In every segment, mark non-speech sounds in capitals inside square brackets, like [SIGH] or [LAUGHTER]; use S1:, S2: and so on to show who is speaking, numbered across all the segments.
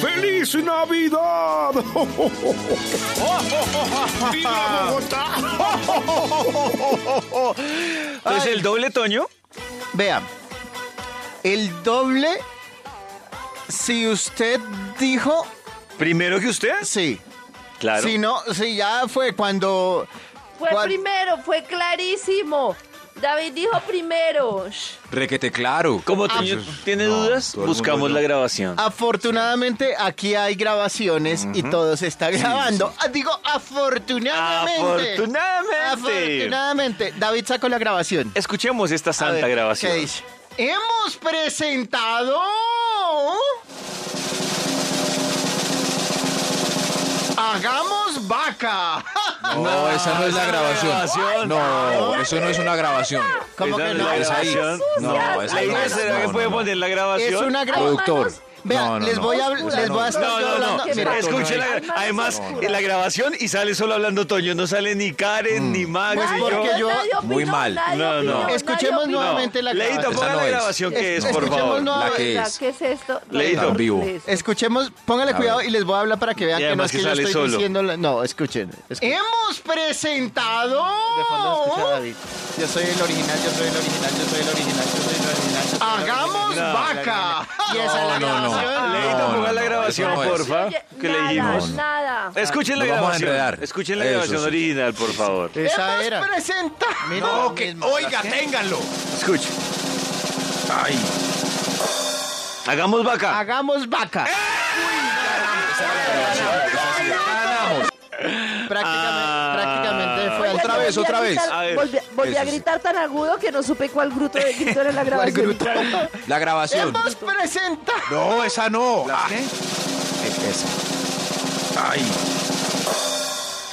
S1: ¡Feliz Navidad! [LAUGHS] ¡Viva Bogotá!
S2: Entonces, ¿el doble Toño?
S3: Vea, el doble, si usted dijo,
S2: ¿Primero que usted?
S3: sí.
S2: Claro.
S3: Si no, si ya fue cuando...
S4: Fue
S3: cuan-
S4: primero, fue clarísimo. David dijo primero. Shh.
S5: Requete claro.
S2: Como Toño Ah, tiene dudas,
S5: todo el
S2: buscamos
S5: mundo-
S2: la grabación.
S3: Afortunadamente aquí hay grabaciones y todo se está grabando. Ah, Digo, afortunadamente.
S2: Afortunadamente.
S3: Afortunadamente. David sacó la grabación.
S2: Escuchemos esta
S3: A
S2: santa
S3: ver,
S2: grabación.
S3: ¿qué dice? Hemos presentado Hagamos vaca.
S5: No, esa no es la grabación. No, eso no es una grabación.
S3: ¿Cómo
S2: Esa
S3: que
S2: no
S3: no?
S2: es
S5: Es
S2: la
S5: ahí.
S2: grabación.
S5: No,
S2: La
S5: esa no
S2: idea
S5: es.
S2: será que
S5: no,
S2: puede
S5: no, no.
S2: poner la
S3: Es
S2: grabación.
S3: una grabación.
S5: Productor.
S3: Vean,
S5: No, no,
S3: les
S5: no.
S3: voy a
S5: No,
S3: les voy a
S5: no,
S3: estar
S2: No,
S3: yo
S2: no, no.
S3: hablando- Mira,
S5: Toño,
S2: Escuche la,
S4: no.
S2: además, en la grabación y sale solo hablando Toño. No sale ni
S5: Mm.
S2: Karen, ni Max,
S3: Pues
S2: ni
S3: porque
S2: yo.
S3: yo-
S4: nadie
S5: Muy
S4: opinó,
S5: mal.
S4: nadie
S2: No, no.
S4: opinó, nadie
S3: Escuchemos
S4: opinó.
S3: nuevamente la
S2: Leito,
S3: grabación.
S2: ponga
S5: Esa
S2: la
S5: no es.
S2: grabación que es,
S3: Es-
S2: por
S3: escuchemos
S2: favor.
S3: nueva-
S5: La que
S4: ¿Qué
S5: es.
S4: es, esto? pues,
S2: Leído.
S4: No, no,
S5: Vivo.
S4: no, no.
S3: Escuchemos, póngale
S5: A
S3: cuidado
S5: ver.
S3: y les voy a hablar para que vean
S2: Y
S3: que no
S2: además
S3: es que,
S2: que
S3: yo
S2: sale
S3: estoy
S2: solo.
S3: diciendo. la- No, escuchen. escuchen. Hemos presentado. Yo soy el original, yo soy el original, yo soy el original, yo soy el original. Hagamos vaca. Y esa es la
S5: No, no, no.
S3: grabación.
S2: Leito,
S5: No,
S2: ponga
S5: no,
S2: la
S5: no,
S2: grabación,
S5: eso no es.
S2: porfa.
S4: Oye,
S2: Que le
S4: nada,
S2: dijimos.
S4: Nada.
S2: Escuchen la
S5: Nos vamos a
S2: grabación.
S5: enredar.
S2: Escuchen la
S5: Eso
S2: grabación
S5: sí.
S2: original, por favor.
S3: Esa Hemos era.
S5: presenta.
S3: Mira, la misma grabación.
S5: ténganlo.
S2: Escuche. Ay. Hagamos
S3: Ah,
S2: vaca.
S3: Hagamos vaca.
S5: Ganamos.
S2: Ah.
S3: Prácticamente, prácticamente fue
S4: Oiga,
S5: Otra
S4: yo
S5: vez,
S4: volví a
S5: otra vez.
S4: gritar-
S2: A ver.
S4: Volví, volví a
S5: Eso sí.
S4: gritar tan agudo que no supe cuál grito, de- grito era la grabación. [LAUGHS]
S5: La grabación.
S3: Hemos presentado.
S5: No, esa no. Ah, e- Esa.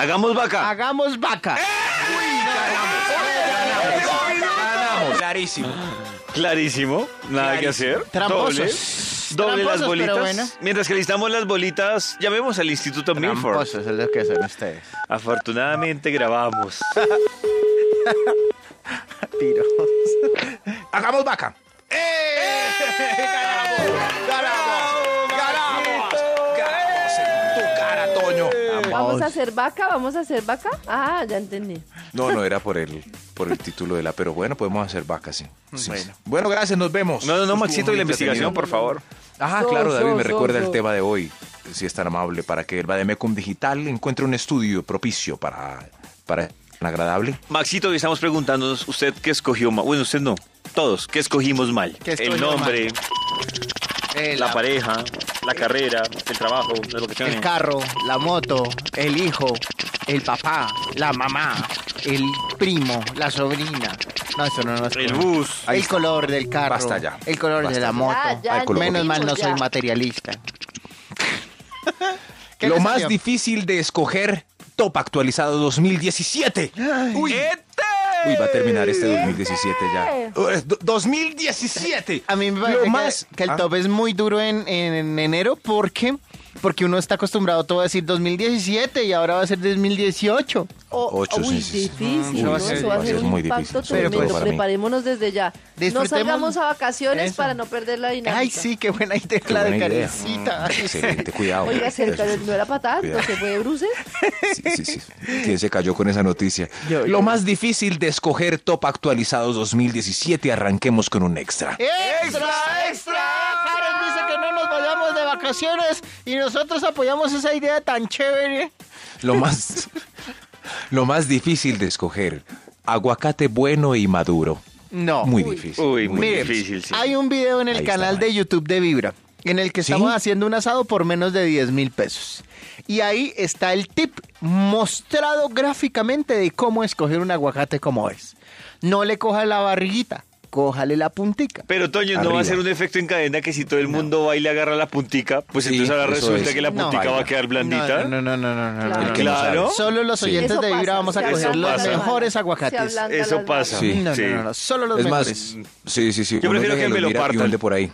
S2: Hagamos
S3: Ah.
S2: vaca.
S3: Hagamos vaca.
S5: Eh, Ganamos. Clarísimo.
S2: Clarísimo. Nada que hacer.
S3: Tramposos.
S2: Doble. Doble las
S3: Tramposos, pero
S2: bolitas.
S3: bueno.
S2: Mientras que listamos las bolitas, llamemos al Instituto Milford.
S3: Tramposos es lo que son ustedes.
S2: Afortunadamente grabamos.
S3: Tiro.
S5: Hagamos vaca. ¡Eh! ¡Ganamos! ¡Ganamos! ¡Ganamos en tu cara, Toño!
S4: ¿Vamos a hacer vaca? ¿Vamos a hacer vaca? Ah, ya entendí.
S5: No, no era por el, por el título de la, pero bueno, podemos hacer vaca, sí. Sí, sí. Mm, Bueno, gracias, nos vemos.
S2: No, no, no,
S5: Estuvo
S2: Maxito, y
S5: muy
S2: la investigación, por favor.
S5: Ah,
S4: So,
S5: claro, David,
S4: so,
S5: me
S4: so,
S5: recuerda
S4: so.
S5: el tema de hoy, si es tan amable, para que el Bademecum Digital encuentre un estudio propicio para, para un agradable.
S2: Maxito, hoy estamos preguntándonos, ¿usted qué escogió mal? Bueno, usted no. Todos, ¿qué escogimos mal?
S3: ¿Qué escogió
S2: el nombre,
S5: Eh,
S2: la pareja, la carrera, el trabajo, la locación.
S3: El carro, la moto, el hijo, el papá, la mamá, el primo, la sobrina. No, eso no nos
S2: El
S3: cuenta.
S2: bus.
S3: El color del carro.
S5: Basta ya.
S3: El color
S5: Basta
S3: de la
S5: ya.
S3: moto.
S4: Ah, ya,
S5: Ay, color.
S3: Menos mal no
S4: ya.
S3: soy materialista. [LAUGHS] ¿Qué
S5: Lo
S3: le
S5: más
S3: salió?
S5: difícil de escoger, Top Actualizado 2017. Uy. Uy, va a terminar este 2017 ya. Uh, do- 2017.
S3: A mí me
S5: Lo
S3: parece que-
S5: más
S3: que, el
S5: Ah.
S3: top es muy duro en, en- en enero porque, porque uno está acostumbrado todo a decir 2017 y ahora va a ser 2018.
S4: O-
S5: Ocho,
S4: uy,
S5: sí, sí, sí.
S4: difícil,
S3: Mm,
S4: ¿no?
S3: va a ser-
S4: Eso va a
S3: va a
S4: ser
S5: ser
S4: un
S5: muy
S4: impacto
S5: difícil, pues,
S3: pero
S4: tremendo.
S3: para
S5: mí.
S4: Preparémonos desde ya. No
S3: Disfrutemos
S4: salgamos a vacaciones
S3: eso.
S4: para no perder la dinámica.
S3: Ay, sí, qué buena idea
S5: Qué
S3: la
S5: buena
S3: de
S5: idea. Mm,
S3: Karencita.
S5: Excelente, cuidado.
S4: Oiga,
S5: Ah, Eso
S4: cerca
S5: sí.
S4: del no era patada, no
S5: Cuidado.
S4: se fue de bruces.
S5: Sí, sí, sí. ¿Quién se cayó con esa noticia? Lo más difícil de escoger Top Actualizado 2017. Arranquemos con un
S3: Eh.
S5: extra.
S3: ¡Extra, extra! Karen dice que no nos vayamos de vacaciones y nosotros apoyamos esa idea tan chévere.
S5: Lo más, lo más difícil de escoger. Aguacate bueno y maduro.
S3: No.
S5: Muy difícil.
S2: Uy, muy
S3: Mire,
S2: difícil, sí.
S3: Hay un video en el
S5: Ahí está,
S3: canal
S5: Mari.
S3: de YouTube de Vibra en el que
S5: ¿Sí?
S3: estamos haciendo un asado por menos de 10 mil pesos. Y ahí está el tip mostrado gráficamente de cómo escoger un aguacate como es. No le coja la barriguita, cójale la puntica.
S2: Pero Toño, no va
S5: Arriba.
S2: a ser un efecto en cadena que si todo el mundo va y le agarra la puntica, pues
S5: Sí,
S2: entonces ahora
S5: eso
S2: resulta
S5: es.
S2: que la
S3: No.
S2: puntica va a quedar blandita.
S3: No, no, no, no, no, no, no,
S4: Claro.
S3: no.
S5: que no sabe.
S2: Claro.
S3: Solo los
S5: Sí.
S3: oyentes
S4: Eso
S3: de Vibra
S4: pasa,
S3: vamos
S4: se
S3: a coger
S2: ablanda
S3: los
S2: las manos.
S3: mejores
S4: Se
S3: aguacates.
S4: ablanda
S2: Eso
S4: las
S2: pasa.
S4: manos.
S5: Sí.
S3: No,
S2: Sí.
S3: no, no, no, solo los
S5: Es
S3: mejores.
S5: más, sí, sí, sí.
S2: Yo
S5: uno
S2: prefiero
S5: llega y
S2: que me lo
S5: mira y
S2: partan.
S5: hunde por
S3: [LAUGHS]
S5: ahí.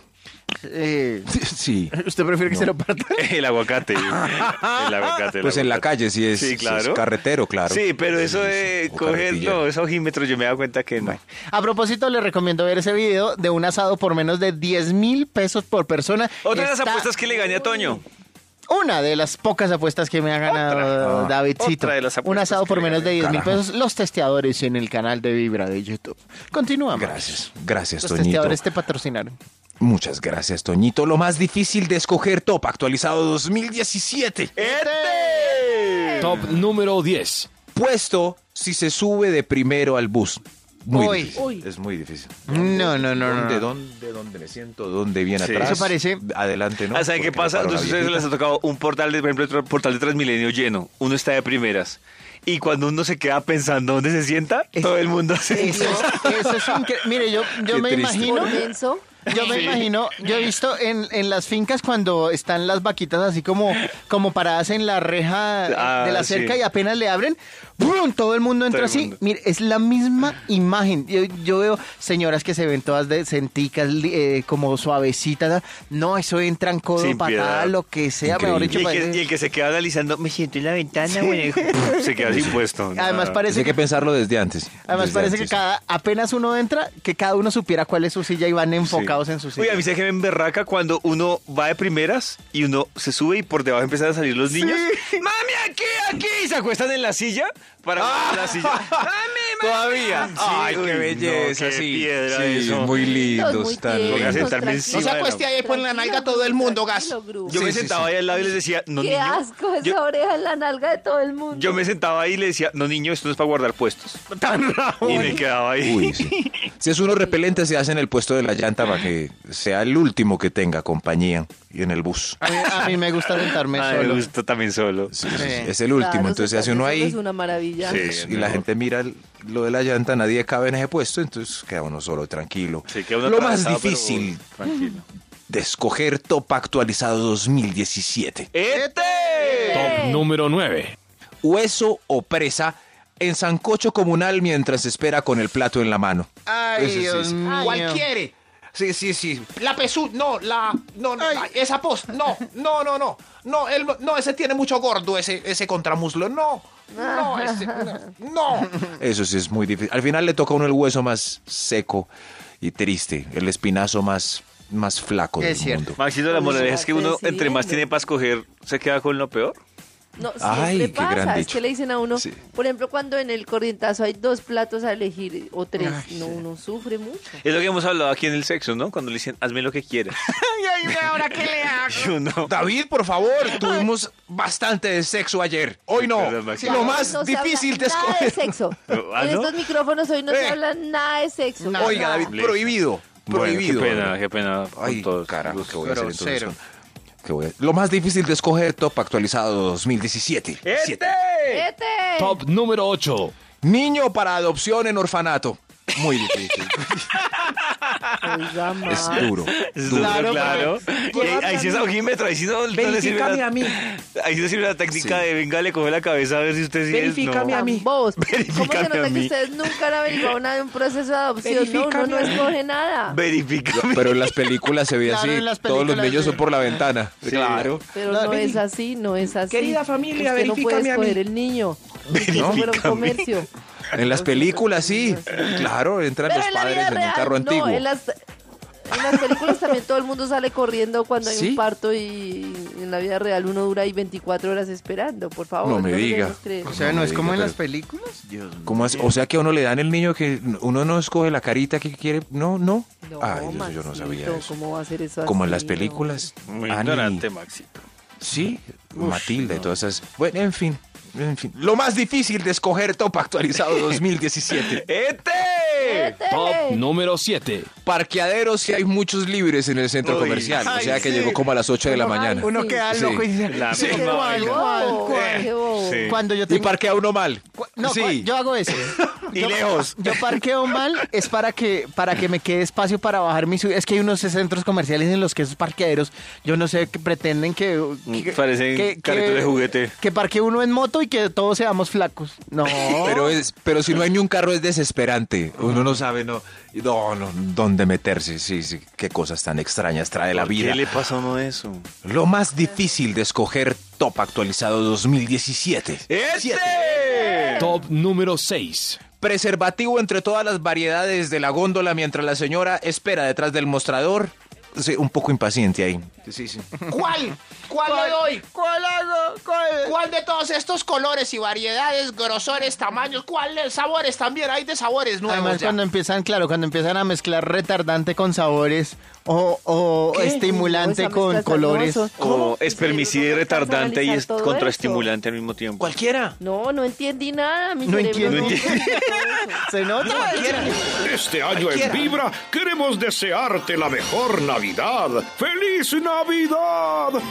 S3: Eh,
S5: Sí.
S3: ¿Usted prefiere que se lo parta?
S2: [LAUGHS] El aguacate. El aguacate. el
S5: Pues en la
S2: aguacate.
S5: calle, si es,
S2: Sí,
S5: si es
S2: claro.
S5: carretero, claro.
S2: Sí, pero eso
S5: Sí, sí,
S2: de
S5: o
S2: coger,
S5: carretillero.
S2: no, esos ojímetros yo me he dado cuenta que no.
S3: A propósito, les recomiendo ver ese video de un asado por menos de 10 mil pesos por persona.
S2: Otra de las
S3: Está-
S2: apuestas que le gané a Toño.
S3: Una de las pocas apuestas que me ha ganado
S2: Otra.
S3: Davidcito.
S2: Otra de las
S3: Un
S2: apuestas
S3: asado
S2: que
S3: por
S2: le
S3: menos
S2: gané.
S3: de 10 mil
S5: Carajo.
S3: pesos. Los testeadores en el canal de Vibra de YouTube. Continuamos.
S5: Gracias, gracias,
S3: Los
S5: Toñito.
S3: testeadores te patrocinaron.
S5: Muchas gracias, Toñito. Lo más difícil de escoger top actualizado 2017.
S2: Eh.
S6: Top número 10.
S5: Puesto si se sube de primero al bus. Muy
S3: Uy.
S5: difícil.
S4: Uy.
S5: Es muy difícil.
S3: No, no, no, no,
S5: ¿Dónde,
S3: no.
S5: dónde, dónde me siento? ¿Dónde viene
S2: Sí.
S5: atrás?
S3: Eso parece-
S5: Adelante, ¿no?
S2: Ah, ¿Saben qué
S5: Porque me
S2: pasa?
S5: paro la
S2: Entonces ustedes
S5: viejita.
S2: les ha tocado un portal, de, por ejemplo, un portal de Transmilenio lleno. Uno está de primeras. Y cuando uno se queda pensando dónde se sienta,
S3: Es-
S2: todo el mundo se...
S3: Eso es, eso es increíble. Mire, yo, yo
S5: Qué
S3: me
S5: triste.
S4: Por
S3: imagino.
S4: menso.
S3: Yo me imagino, yo he visto en, en las fincas cuando están las vaquitas así como, como paradas en la reja eh,
S2: Ah,
S3: de la cerca
S2: sí.
S3: y apenas le abren, ¡brum! todo el mundo entra
S2: Todo el
S3: así.
S2: mundo.
S3: Mire, es la misma imagen. Yo, yo veo señoras que se ven todas de centicas, li- eh, como suavecitas. No, eso entran codo,
S2: Sin
S3: patada,
S2: piedad.
S3: lo que sea, mejor
S2: Y
S5: Increíble.
S3: dicho.
S2: el, que,
S3: parece-
S2: y el que se queda analizando, me siento en la
S5: [LAUGHS]
S2: ventana, [LAUGHS] güey". Se queda sin puesto.
S3: Además
S2: Ah.
S5: Pues
S3: parece
S5: hay que
S3: que...
S5: pensarlo desde antes.
S3: Además
S5: desde
S3: parece que
S5: antes.
S3: cada, apenas uno entra, que cada uno supiera cuál es su silla y van enfocados en su silla.
S2: Oye, a mí se que me emberraca cuando uno va de primeras y uno se sube y por debajo empiezan a salir los niños. ¡Mami, aquí, aquí! Y se acuestan en la silla para la silla. ¡Mami, mami!
S5: Ah. Todavía.
S2: Sí,
S5: Ay,
S2: uy,
S5: qué
S2: no,
S5: belleza,
S2: qué
S5: sí.
S2: piedra
S5: sí,
S2: eso.
S5: muy
S4: Son
S5: lindo.
S4: muy
S5: Están
S4: tiernos,
S2: Voy a sentarme
S4: tranquilos.
S2: encima de la-
S4: ahí, pon la nalga a todo el mundo, gas. Yo
S2: Yo
S5: Sí,
S2: me
S5: sí,
S2: sentaba
S5: sí.
S2: ahí al lado y les decía, no,
S4: Qué
S2: niño.
S4: asco esa
S2: yo-
S4: oreja en la nalga de todo el mundo.
S2: Yo me sentaba ahí y le decía, no niño, esto no es para guardar puestos. [LAUGHS] Tan raro. Y me quedaba ahí. [LAUGHS]
S5: Uy, sí. Si es uno repelente, se hace en el puesto de la llanta para que sea el último que tenga compañía y en el bus.
S3: A mí, a mí me gusta sentarme
S2: Ah, me
S3: solo.
S2: gusta también solo.
S5: Sí, sí, sí,
S3: Eh.
S5: Es el último,
S4: Claro,
S5: entonces se hace
S4: sentarse
S5: uno
S4: solo
S5: ahí.
S4: Es una maravilla.
S2: Sí.
S5: y
S2: mejor.
S5: la gente mira el- lo de la llanta, nadie cabe en ese puesto, entonces queda uno solo, tranquilo.
S2: Sí, queda uno
S5: lo más
S2: atravesado, pero
S5: difícil
S2: Tranquilo.
S5: de escoger top actualizado 2017.
S2: ¡Este!
S3: Eh.
S6: Top número 9.
S5: Hueso o presa en sancocho comunal mientras espera con el plato en la mano.
S3: Ay,
S5: Ese sí,
S3: Dios
S5: sí.
S3: mío.
S7: quiere?
S5: Sí, sí, sí.
S7: La PSU, no, la. No, no,
S3: Ay.
S7: la- esa post, no, no, no, no. No, él no- no, ese tiene mucho gordo, ese, ese contramuslo, no. No, ese, no, no.
S5: Eso sí es muy difícil. Al final le toca a uno el hueso más seco y triste, el espinazo más, más flaco
S3: Es
S5: del
S3: cierto.
S5: mundo.
S2: Maxito, la
S4: Uy,
S2: moraleja es que uno,
S4: estoy
S2: entre más
S4: decidiendo.
S2: tiene para escoger, se queda con lo peor.
S4: No, siempre
S5: Ay, qué
S4: pasa,
S5: gran
S4: es
S5: dicho.
S4: que le dicen a uno,
S5: Sí.
S4: por ejemplo, cuando en el corrientazo hay dos platos a elegir o tres,
S3: Ay,
S4: no,
S3: sí.
S4: uno sufre mucho.
S2: Es lo que hemos hablado aquí en el sexo, ¿no? Cuando le dicen, hazme lo que
S4: [LAUGHS]
S2: quieras. [LAUGHS] y ahora qué le hago.
S5: David, por
S4: [LAUGHS]
S5: favor, tuvimos bastante de sexo ayer. Hoy no.
S2: Perdón, Maxi.
S5: Lo más
S4: No se
S5: difícil de
S4: habla nada
S5: escoger.
S4: sexo.
S2: ¿Ah,
S4: en
S2: no?
S4: estos micrófonos hoy no se
S5: Eh.
S4: habla nada de sexo.
S5: [LAUGHS] Oiga,
S4: nada.
S5: David, prohibido. Prohibido.
S2: qué pena, qué pena. con
S5: Ay,
S2: todos.
S5: carajo,
S2: Uf.
S5: ¿qué voy a hacer entonces
S3: grosero.
S5: con- qué voy a- Lo más difícil de escoger, top actualizado 2017.
S4: ¡Este!
S5: Siete.
S4: Vete.
S3: Eh.
S6: Top número 8.
S5: Niño para adopción en orfanato.
S4: [LAUGHS]
S5: Muy difícil.
S4: Oiga,
S5: es
S4: Max.
S5: duro.
S2: Es duro,
S3: Claro,
S2: claro. Y ahí, ahí sí es ojímetro, ahí sí no, no le sirve la, [LAUGHS] ahí sí no sirve la técnica
S5: Sí.
S2: de venga, le coge la cabeza a ver si usted sí [LAUGHS]
S7: Verifícame
S2: es.
S7: a
S2: No.
S7: mí.
S4: Tan bobos. ¿Cómo se
S2: Verifícame a
S4: nota que
S2: mí.
S4: ustedes nunca han averiguado nada de un proceso de adopción? No, uno no escoge nada.
S2: Verifícame. [LAUGHS]
S5: Pero en las películas se ve
S3: Claro,
S5: así.
S3: en las
S5: Todos los
S3: películas
S5: niños
S3: sí.
S5: son por la ventana. Claro.
S4: Pero
S3: La
S4: no
S3: vi.
S4: es así, no es así.
S7: Querida familia,
S4: Usted no puede
S7: verifícame a mí.
S4: escoger el niño. No
S2: Verifícame.
S4: fuera un comercio.
S5: En las películas sí. Claro, entran
S4: Pero
S5: los
S4: en la
S5: padres
S4: vida
S5: en un
S4: real,
S5: carro antiguo.
S4: No, en las, en las películas también todo el mundo sale corriendo cuando hay
S5: ¿Sí?
S4: un parto y en la vida real uno dura ahí 24 horas esperando, por favor.
S5: No me
S4: lo
S5: diga.
S4: podemos creer.
S3: O sea,
S5: No
S3: ¿no
S5: me
S3: es como
S5: diga,
S3: en las
S5: pero-
S3: películas?
S5: ¿Cómo es? O sea que a uno le dan el niño que uno no escoge la carita que quiere. No, no.
S4: No,
S5: Ay, Dios, yo no
S4: Maxito,
S5: sabía eso.
S4: ¿Cómo va a ser eso
S5: Como en
S4: así?
S5: las
S4: No.
S5: películas.
S2: Muy
S5: Annie,
S2: ignorante, Maxito.
S5: Sí, Matilda y todas esas. Bueno, en fin. En fin. Lo más difícil de escoger top
S2: [LAUGHS]
S5: actualizado 2017.
S2: Eh.
S3: Eh.
S2: ¡Este!
S4: Vete.
S6: Top número 7.
S5: Parqueaderos sí hay muchos libres en el centro
S2: Uy,
S5: comercial. O
S2: ay,
S5: sea que
S2: sí.
S5: llegó como a las 8 de la
S4: Ay,
S5: mañana.
S4: uno Sí.
S3: queda
S5: Sí.
S3: dice,
S2: La
S3: "Sí,
S2: misma
S3: ¿cuál,
S2: vaina.
S3: cuál,
S4: Bobo,
S3: cuál?".
S4: qué bobo.
S2: Sí.
S3: Cuando yo
S5: Y
S3: tengo...
S5: parquea uno mal.
S3: cu- No,
S5: Sí.
S3: cu- yo hago eso.
S2: Y
S3: Yo-
S2: lejos.
S3: Yo parqueo mal, es para que, para que me quede espacio para bajar mi subida. Es que hay unos centros comerciales en los que esos parqueaderos, yo no sé, que pretenden que... que-
S2: Parecen carritos de juguete.
S3: Que parque uno en moto y que todos seamos flacos. No.
S5: Pero, es, pero si no hay ni un carro es desesperante. Uno no sabe no, no, no, dónde meterse. Sí, sí, qué cosas tan extrañas trae la vida.
S2: ¿Qué le pasa a uno de eso?
S5: Lo más difícil de escoger top actualizado 2017.
S2: ¡Este!
S5: Siete.
S1: Eh.
S6: Top número 6.
S5: Preservativo entre todas las variedades de la góndola mientras la señora espera detrás del mostrador. Sí, un poco impaciente ahí. Sí, sí.
S7: ¿Cuál? ¿Cuál le doy?
S3: ¿Cuál hago? ¿Cuál?
S7: ¿Cuál de todos estos colores y variedades, grosores, tamaños, cuáles sabores también? Hay de sabores nuevos
S3: Además,
S7: ya.
S3: cuando empiezan, claro, cuando empiezan a mezclar retardante con sabores o, o estimulante
S4: Esa
S3: con
S4: mezcla es
S3: colores.
S4: hermoso.
S2: O
S4: ¿Cómo?
S2: es
S4: Sí, no
S2: permicida y
S4: alcanzo a
S2: retardante y
S4: analizar
S2: es
S4: todo
S2: contraestimulante al mismo tiempo.
S5: Cualquiera.
S4: eso. No, no entendí nada. Mi
S3: No
S4: cerebro
S3: entiendo.
S4: no
S3: Se nota.
S1: Este año en Vibra queremos desearte la mejor Navidad. ¡Feliz Navidad!